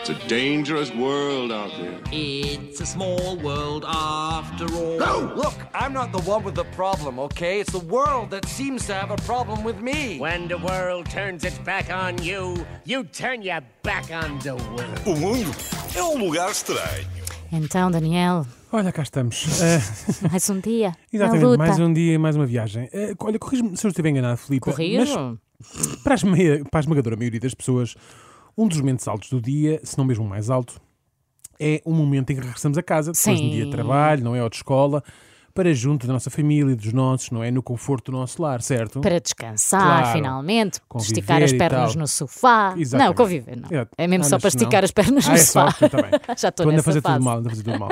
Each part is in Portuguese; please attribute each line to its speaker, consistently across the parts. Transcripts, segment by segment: Speaker 1: It's a dangerous world out there.
Speaker 2: It's a small world after all.
Speaker 3: Look, I'm not the one with the problem, okay? It's the world that seems to have a problem with me.
Speaker 4: When the world turns its back on you, you turn your back on the world.
Speaker 5: O mundo é um lugar estranho.
Speaker 6: Então, Daniel,
Speaker 7: Olha, cá estamos. Eh,
Speaker 6: mais um dia. na
Speaker 7: exatamente,
Speaker 6: luta.
Speaker 7: mais um dia e mais uma viagem. Eh, olha, corrijo-me se eu estiver enganado, Filipe. Mas
Speaker 6: Corrijo?
Speaker 7: para, a esmaia- para a esmagadora maioria das pessoas, um dos momentos altos do dia, se não mesmo o mais alto, é o momento em que regressamos a casa, depois de um dia
Speaker 6: Sim.
Speaker 7: de trabalho, não é? Ou de escola, para junto da nossa família, dos nossos, não é? No conforto do nosso lar, certo?
Speaker 6: Para descansar,
Speaker 7: Claro.
Speaker 6: finalmente,
Speaker 7: Conviver
Speaker 6: esticar as
Speaker 7: e
Speaker 6: pernas
Speaker 7: tal.
Speaker 6: no sofá.
Speaker 7: Exatamente.
Speaker 6: Não, conviver não.
Speaker 7: É,
Speaker 6: É mesmo
Speaker 7: ah,
Speaker 6: só
Speaker 7: mas
Speaker 6: para
Speaker 7: não.
Speaker 6: esticar as pernas
Speaker 7: Ah,
Speaker 6: no
Speaker 7: é só,
Speaker 6: sofá.
Speaker 7: eu também.
Speaker 6: Já estou
Speaker 7: Tu anda a
Speaker 6: nessa
Speaker 7: fazer
Speaker 6: fase.
Speaker 7: tudo mal, anda a fazer tudo mal.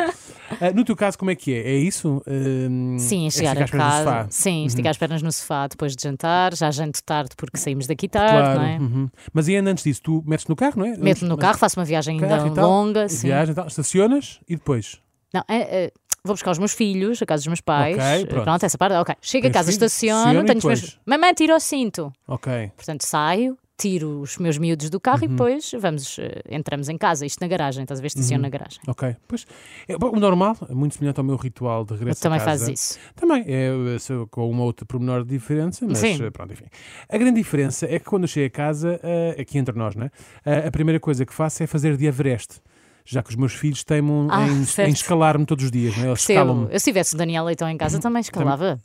Speaker 7: Ah, no teu caso, como é que é? É isso? Hum,
Speaker 6: Sim,
Speaker 7: é
Speaker 6: chegar
Speaker 7: ficar
Speaker 6: a
Speaker 7: às pernas do
Speaker 6: casa.
Speaker 7: sofá? Uhum.
Speaker 6: Sim, esticar as pernas no sofá depois de jantar. Já janto tarde porque saímos daqui tarde,
Speaker 7: Claro.
Speaker 6: não é?
Speaker 7: uhum. Mas e ainda antes disso, tu metes no carro, não é?
Speaker 6: Meto-me no carro, faço uma viagem ainda
Speaker 7: Carro e tal,
Speaker 6: longa.
Speaker 7: e
Speaker 6: Sim.
Speaker 7: Viagem e tal, estacionas e depois.
Speaker 6: Não, é, é, vou buscar os meus filhos a casa dos meus pais. Eh,
Speaker 7: Ok, pronto.
Speaker 6: essa parte. Ok, chego a
Speaker 7: Tens
Speaker 6: casa,
Speaker 7: filhos? Estaciono
Speaker 6: estaciono,
Speaker 7: e
Speaker 6: tenho os meus.
Speaker 7: depois?
Speaker 6: Mamãe, tira o cinto.
Speaker 7: Ok.
Speaker 6: Portanto, saio, tiro os meus miúdos do carro e
Speaker 7: Uhum.
Speaker 6: depois vamos, eh, entramos em casa. Isto na garagem, estás a ver? Estaciono na
Speaker 7: Uhum.
Speaker 6: garagem.
Speaker 7: Ok, pois é, bom, o normal, é muito semelhante ao meu ritual de
Speaker 6: Eu
Speaker 7: regresso
Speaker 6: também
Speaker 7: a casa.
Speaker 6: fazes isso.
Speaker 7: Também, é, é, só com uma outra pormenor de diferença, mas
Speaker 6: Sim.
Speaker 7: eh, pronto, enfim. A grande diferença é que quando eu chego a casa, eh, aqui entre nós, né, eh, a primeira coisa que faço é fazer de Everest, já que os meus filhos teimam
Speaker 6: Ah,
Speaker 7: em,
Speaker 6: certo.
Speaker 7: em escalar-me todos os dias, né, eles
Speaker 6: Se eu,
Speaker 7: escalam-me. Uhum.
Speaker 6: eu se tivesse o Daniel Leitão em casa também escalava.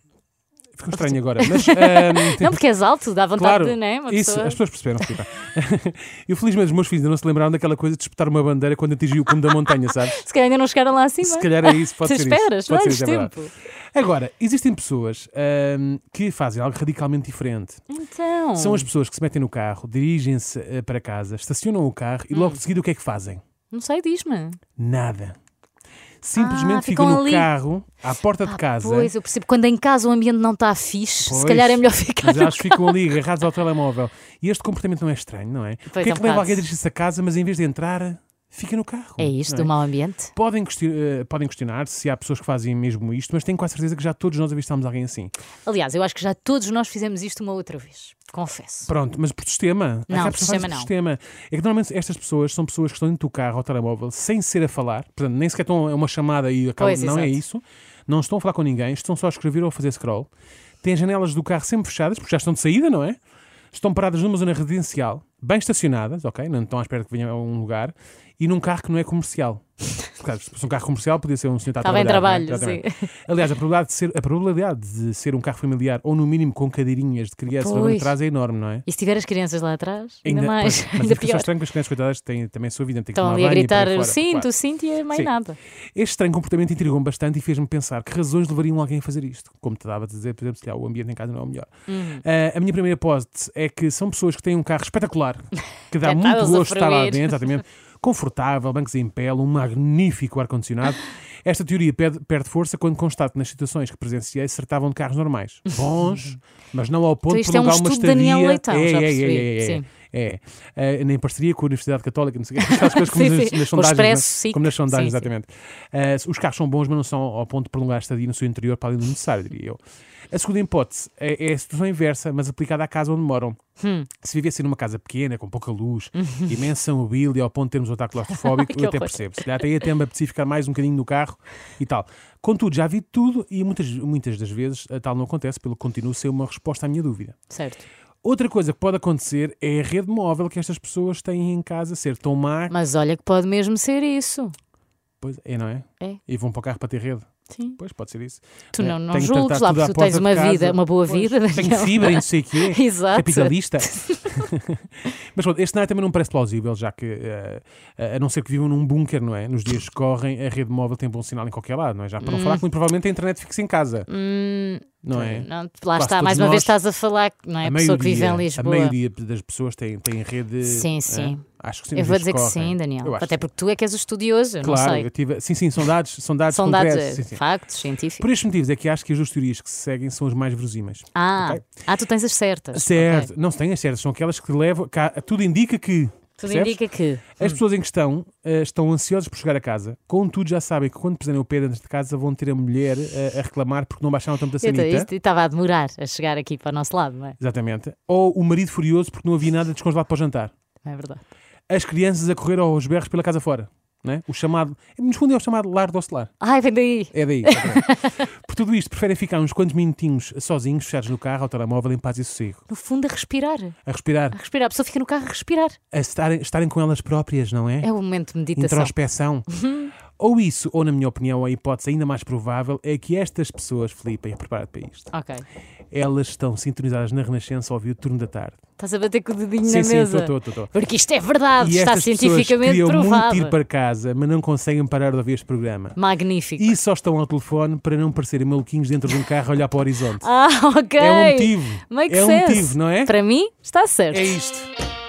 Speaker 7: Ficou estranho agora, mas... ehm,
Speaker 6: Não porque és alto, dá vontade de, né? Uma
Speaker 7: isso,
Speaker 6: pessoa.
Speaker 7: as pessoas perceberam. Filipe. eu felizmente os meus filhos ainda não se lembraram daquela coisa de espetar uma bandeira quando atingi o cume da montanha, sabes?
Speaker 6: Se calhar ainda não chegaram lá acima.
Speaker 7: Se calhar é isso, pode
Speaker 6: Tu
Speaker 7: ser
Speaker 6: esperas,
Speaker 7: isso. Pode ser
Speaker 6: dá-lhes
Speaker 7: isso, é verdade.
Speaker 6: tempo.
Speaker 7: Agora, existem pessoas ahm, que fazem algo radicalmente diferente.
Speaker 6: Então.
Speaker 7: São as pessoas que se metem no carro, dirigem-se eh, para casa, estacionam o carro e
Speaker 6: Hum.
Speaker 7: logo de seguida o que é que fazem?
Speaker 6: Não sei, diz-me.
Speaker 7: Nada. Simplesmente
Speaker 6: Ah,
Speaker 7: ficam,
Speaker 6: ficam
Speaker 7: no
Speaker 6: ali. Ah,
Speaker 7: carro, à porta de casa.
Speaker 6: Pois, eu percebo. Quando em casa o ambiente não está fixe,
Speaker 7: Pois,
Speaker 6: se calhar é melhor ficar.
Speaker 7: Mas
Speaker 6: no
Speaker 7: elas ficam ali agarradas ao telemóvel. E este comportamento não é estranho, não é? O que
Speaker 6: é
Speaker 7: é
Speaker 6: um
Speaker 7: que leva
Speaker 6: bocado.
Speaker 7: alguém a dirigir-se a casa, mas em vez de entrar, fica no carro?
Speaker 6: É isto,
Speaker 7: não
Speaker 6: do mau ambiente?
Speaker 7: Podem, question- eh, podem questionar se há pessoas que fazem mesmo isto, mas tenho quase certeza que já todos nós avistámos alguém assim.
Speaker 6: Aliás, eu acho que já todos nós fizemos isto uma outra vez. Confesso.
Speaker 7: Pronto, mas por sistema.
Speaker 6: Não,
Speaker 7: Há
Speaker 6: por
Speaker 7: pessoas que fazem
Speaker 6: sistema não.
Speaker 7: sistema. É que normalmente estas pessoas são pessoas que estão dentro do carro ou telemóvel sem ser a falar, portanto, nem sequer estão a uma chamada e acabam.
Speaker 6: Pois,
Speaker 7: não é
Speaker 6: exato.
Speaker 7: isso. Não estão a falar com ninguém, estão só a escrever ou a fazer scroll. Têm as janelas do carro sempre fechadas, porque já estão de saída, não é? Estão paradas numa zona residencial, bem estacionadas, ok? Não estão à espera que venha a um lugar, e num carro que não é comercial. Por causa, Se fosse um carro comercial, podia ser um senhor que está a
Speaker 6: Estava em trabalho,
Speaker 7: trabalhar, não é?
Speaker 6: sim.
Speaker 7: Exatamente. Aliás, a probabilidade, de ser, a probabilidade de ser um carro familiar ou, no mínimo, com cadeirinhas de criança lá
Speaker 6: Pois.
Speaker 7: atrás é enorme, não é?
Speaker 6: E se tiver as crianças lá atrás, ainda, mais,
Speaker 7: pois, mas
Speaker 6: ainda
Speaker 7: fica só
Speaker 6: pior.
Speaker 7: estranho que as crianças coitadas têm também a sua vida. Têm que
Speaker 6: Estão
Speaker 7: tomar
Speaker 6: ali a
Speaker 7: banho e por aí
Speaker 6: gritar o
Speaker 7: fora,
Speaker 6: cinto,
Speaker 7: claro.
Speaker 6: o cinto e é mais
Speaker 7: Sim.
Speaker 6: nada.
Speaker 7: Este estranho comportamento intrigou-me bastante e fez-me pensar que razões levariam alguém a fazer isto. Como te dava a dizer, por exemplo, se calhar o ambiente em casa não é o melhor.
Speaker 6: Hum.
Speaker 7: Ah, a minha primeira hipótese é que são pessoas que têm um carro espetacular, que dá
Speaker 6: Já
Speaker 7: muito
Speaker 6: estavas a
Speaker 7: gosto estar lá
Speaker 6: fruir.
Speaker 7: dentro, exatamente. Confortável, bancos em pele, um magnífico ar-condicionado. Esta teoria perde, perde força quando constato nas situações que presenciei se tratavam de carros normais. Bons, mas não ao
Speaker 6: Então
Speaker 7: ponto de
Speaker 6: isto é um
Speaker 7: prolongar uma
Speaker 6: estudo de Daniel
Speaker 7: estadia.
Speaker 6: Leitão,
Speaker 7: é,
Speaker 6: já
Speaker 7: é,
Speaker 6: percebi,
Speaker 7: é, é, é,
Speaker 6: sim.
Speaker 7: é. Eh, em parceria com a Universidade Católica, não sei o que, aquelas coisas como
Speaker 6: Sim,
Speaker 7: nas,
Speaker 6: sim.
Speaker 7: nas
Speaker 6: Com o
Speaker 7: sondagens. não é?
Speaker 6: Expresso, SIC.
Speaker 7: como nas sondagens,
Speaker 6: Sim, sim.
Speaker 7: exatamente. Eh, os carros são bons, mas não são ao ponto de prolongar a estadia no seu interior para além do necessário, diria eu. A segunda hipótese é, é a situação inversa, mas aplicada à casa onde moram.
Speaker 6: Hum.
Speaker 7: Se vivessem numa casa pequena, com pouca luz, imensa mobília, ao ponto de termos um ataque claustrofóbico,
Speaker 6: Que
Speaker 7: eu até
Speaker 6: horror.
Speaker 7: percebo. Se calhar até ia ter me apetecer ficar mais um bocadinho no carro e tal. Contudo, já vi tudo e muitas, muitas das vezes a tal não acontece, pelo que continuo a ser uma resposta à minha dúvida.
Speaker 6: Certo.
Speaker 7: Outra coisa que pode acontecer é a rede móvel que estas pessoas têm em casa ser tão má.
Speaker 6: Mas olha que pode mesmo ser isso.
Speaker 7: Pois é, não é?
Speaker 6: É.
Speaker 7: E vão para o carro para ter rede.
Speaker 6: Sim.
Speaker 7: Pois, pode ser isso.
Speaker 6: Tu não, não
Speaker 7: Tenho É, que
Speaker 6: julgues
Speaker 7: tratar
Speaker 6: lá,
Speaker 7: tudo à
Speaker 6: porque tu
Speaker 7: porta
Speaker 6: tens
Speaker 7: de
Speaker 6: uma
Speaker 7: casa.
Speaker 6: vida, uma boa vida,
Speaker 7: Tenho
Speaker 6: Daniel.
Speaker 7: fibra e não sei o quê.
Speaker 6: Exato.
Speaker 7: Capitalista. Mas pronto, este cenário também não me parece plausível, já que, eh, eh, a não ser que vivam num bunker, não é? Nos dias que correm, a rede móvel tem bom sinal em qualquer lado, não é? Já para não falar que muito provavelmente a internet fixe em casa,
Speaker 6: Hum,
Speaker 7: não é?
Speaker 6: não, lá
Speaker 7: Quase
Speaker 6: está,
Speaker 7: todos
Speaker 6: mais uma vez
Speaker 7: nós,
Speaker 6: estás a falar, que não é?
Speaker 7: a
Speaker 6: A pessoa que vive em
Speaker 7: maioria-
Speaker 6: Lisboa.
Speaker 7: A maioria das pessoas tem, tem rede.
Speaker 6: Sim,
Speaker 7: eh,
Speaker 6: sim.
Speaker 7: acho que sim.
Speaker 6: Eu
Speaker 7: nos
Speaker 6: vou
Speaker 7: dias
Speaker 6: dizer que
Speaker 7: correm.
Speaker 6: sim,
Speaker 7: Eu
Speaker 6: Daniel.
Speaker 7: acho
Speaker 6: Até porque tu é que és o estudioso, eu
Speaker 7: Claro,
Speaker 6: não sei.
Speaker 7: eu tive- sim, sim, são dados, são dados
Speaker 6: São dados,
Speaker 7: concretos.
Speaker 6: eh,
Speaker 7: sim, sim.
Speaker 6: factos, científicos.
Speaker 7: Por estes motivos é que acho que as duas teorias que se seguem são as mais verosímeis.
Speaker 6: Ah,
Speaker 7: Ok.
Speaker 6: ah, tu tens as certas.
Speaker 7: Certo,
Speaker 6: Ok.
Speaker 7: não se tem as certas, são aquelas que levam. cá- tudo indica que.
Speaker 6: Tudo
Speaker 7: percebes?
Speaker 6: indica que.
Speaker 7: As pessoas em questão eh, estão ansiosas por chegar a casa, contudo já sabem que quando pisarem o pé dentro de casa vão ter a mulher eh, a reclamar porque não baixaram tanto a
Speaker 6: Eu tô-
Speaker 7: sanita.
Speaker 6: isto estava a demorar a chegar aqui para o nosso lado, não é?
Speaker 7: Exatamente. Ou o marido furioso porque não havia nada descongelado para o jantar.
Speaker 6: Não é verdade?
Speaker 7: as crianças a correr aos berros pela casa fora. Não é? O chamado, no fundo é o chamado lar do ocelar.
Speaker 6: Ai, vem daí.
Speaker 7: É daí. é verdade. Por tudo isto, preferem ficar uns quantos minutinhos sozinhos, fechados no carro, ao telemóvel, em paz e sossego.
Speaker 6: No fundo, a respirar.
Speaker 7: A respirar,
Speaker 6: A respirar. A pessoa fica no carro a respirar.
Speaker 7: a estarem, estarem com elas próprias, não é?
Speaker 6: É o momento de meditação.
Speaker 7: Introspeção.
Speaker 6: Uhum.
Speaker 7: Ou isso, ou na minha opinião, a hipótese ainda mais provável é que estas pessoas, Filipe, é preparado para isto.
Speaker 6: Ok.
Speaker 7: Elas estão sintonizadas na Renascença ao ouvir o turno da tarde.
Speaker 6: Estás a bater com o dedinho
Speaker 7: Sim,
Speaker 6: na
Speaker 7: sim,
Speaker 6: mesa.
Speaker 7: tô, tô, tô, tô.
Speaker 6: Porque isto é verdade,
Speaker 7: e
Speaker 6: está
Speaker 7: estas pessoas
Speaker 6: cientificamente
Speaker 7: queriam
Speaker 6: provado.
Speaker 7: muito ir para casa, mas não conseguem parar de ouvir este programa.
Speaker 6: Magnífico.
Speaker 7: E só estão ao telefone para não parecerem maluquinhos dentro de um carro a olhar para o horizonte.
Speaker 6: Ah, ok.
Speaker 7: É um motivo.
Speaker 6: Makes
Speaker 7: É um
Speaker 6: sense.
Speaker 7: motivo, não é?
Speaker 6: Para mim, está certo.
Speaker 7: É isto.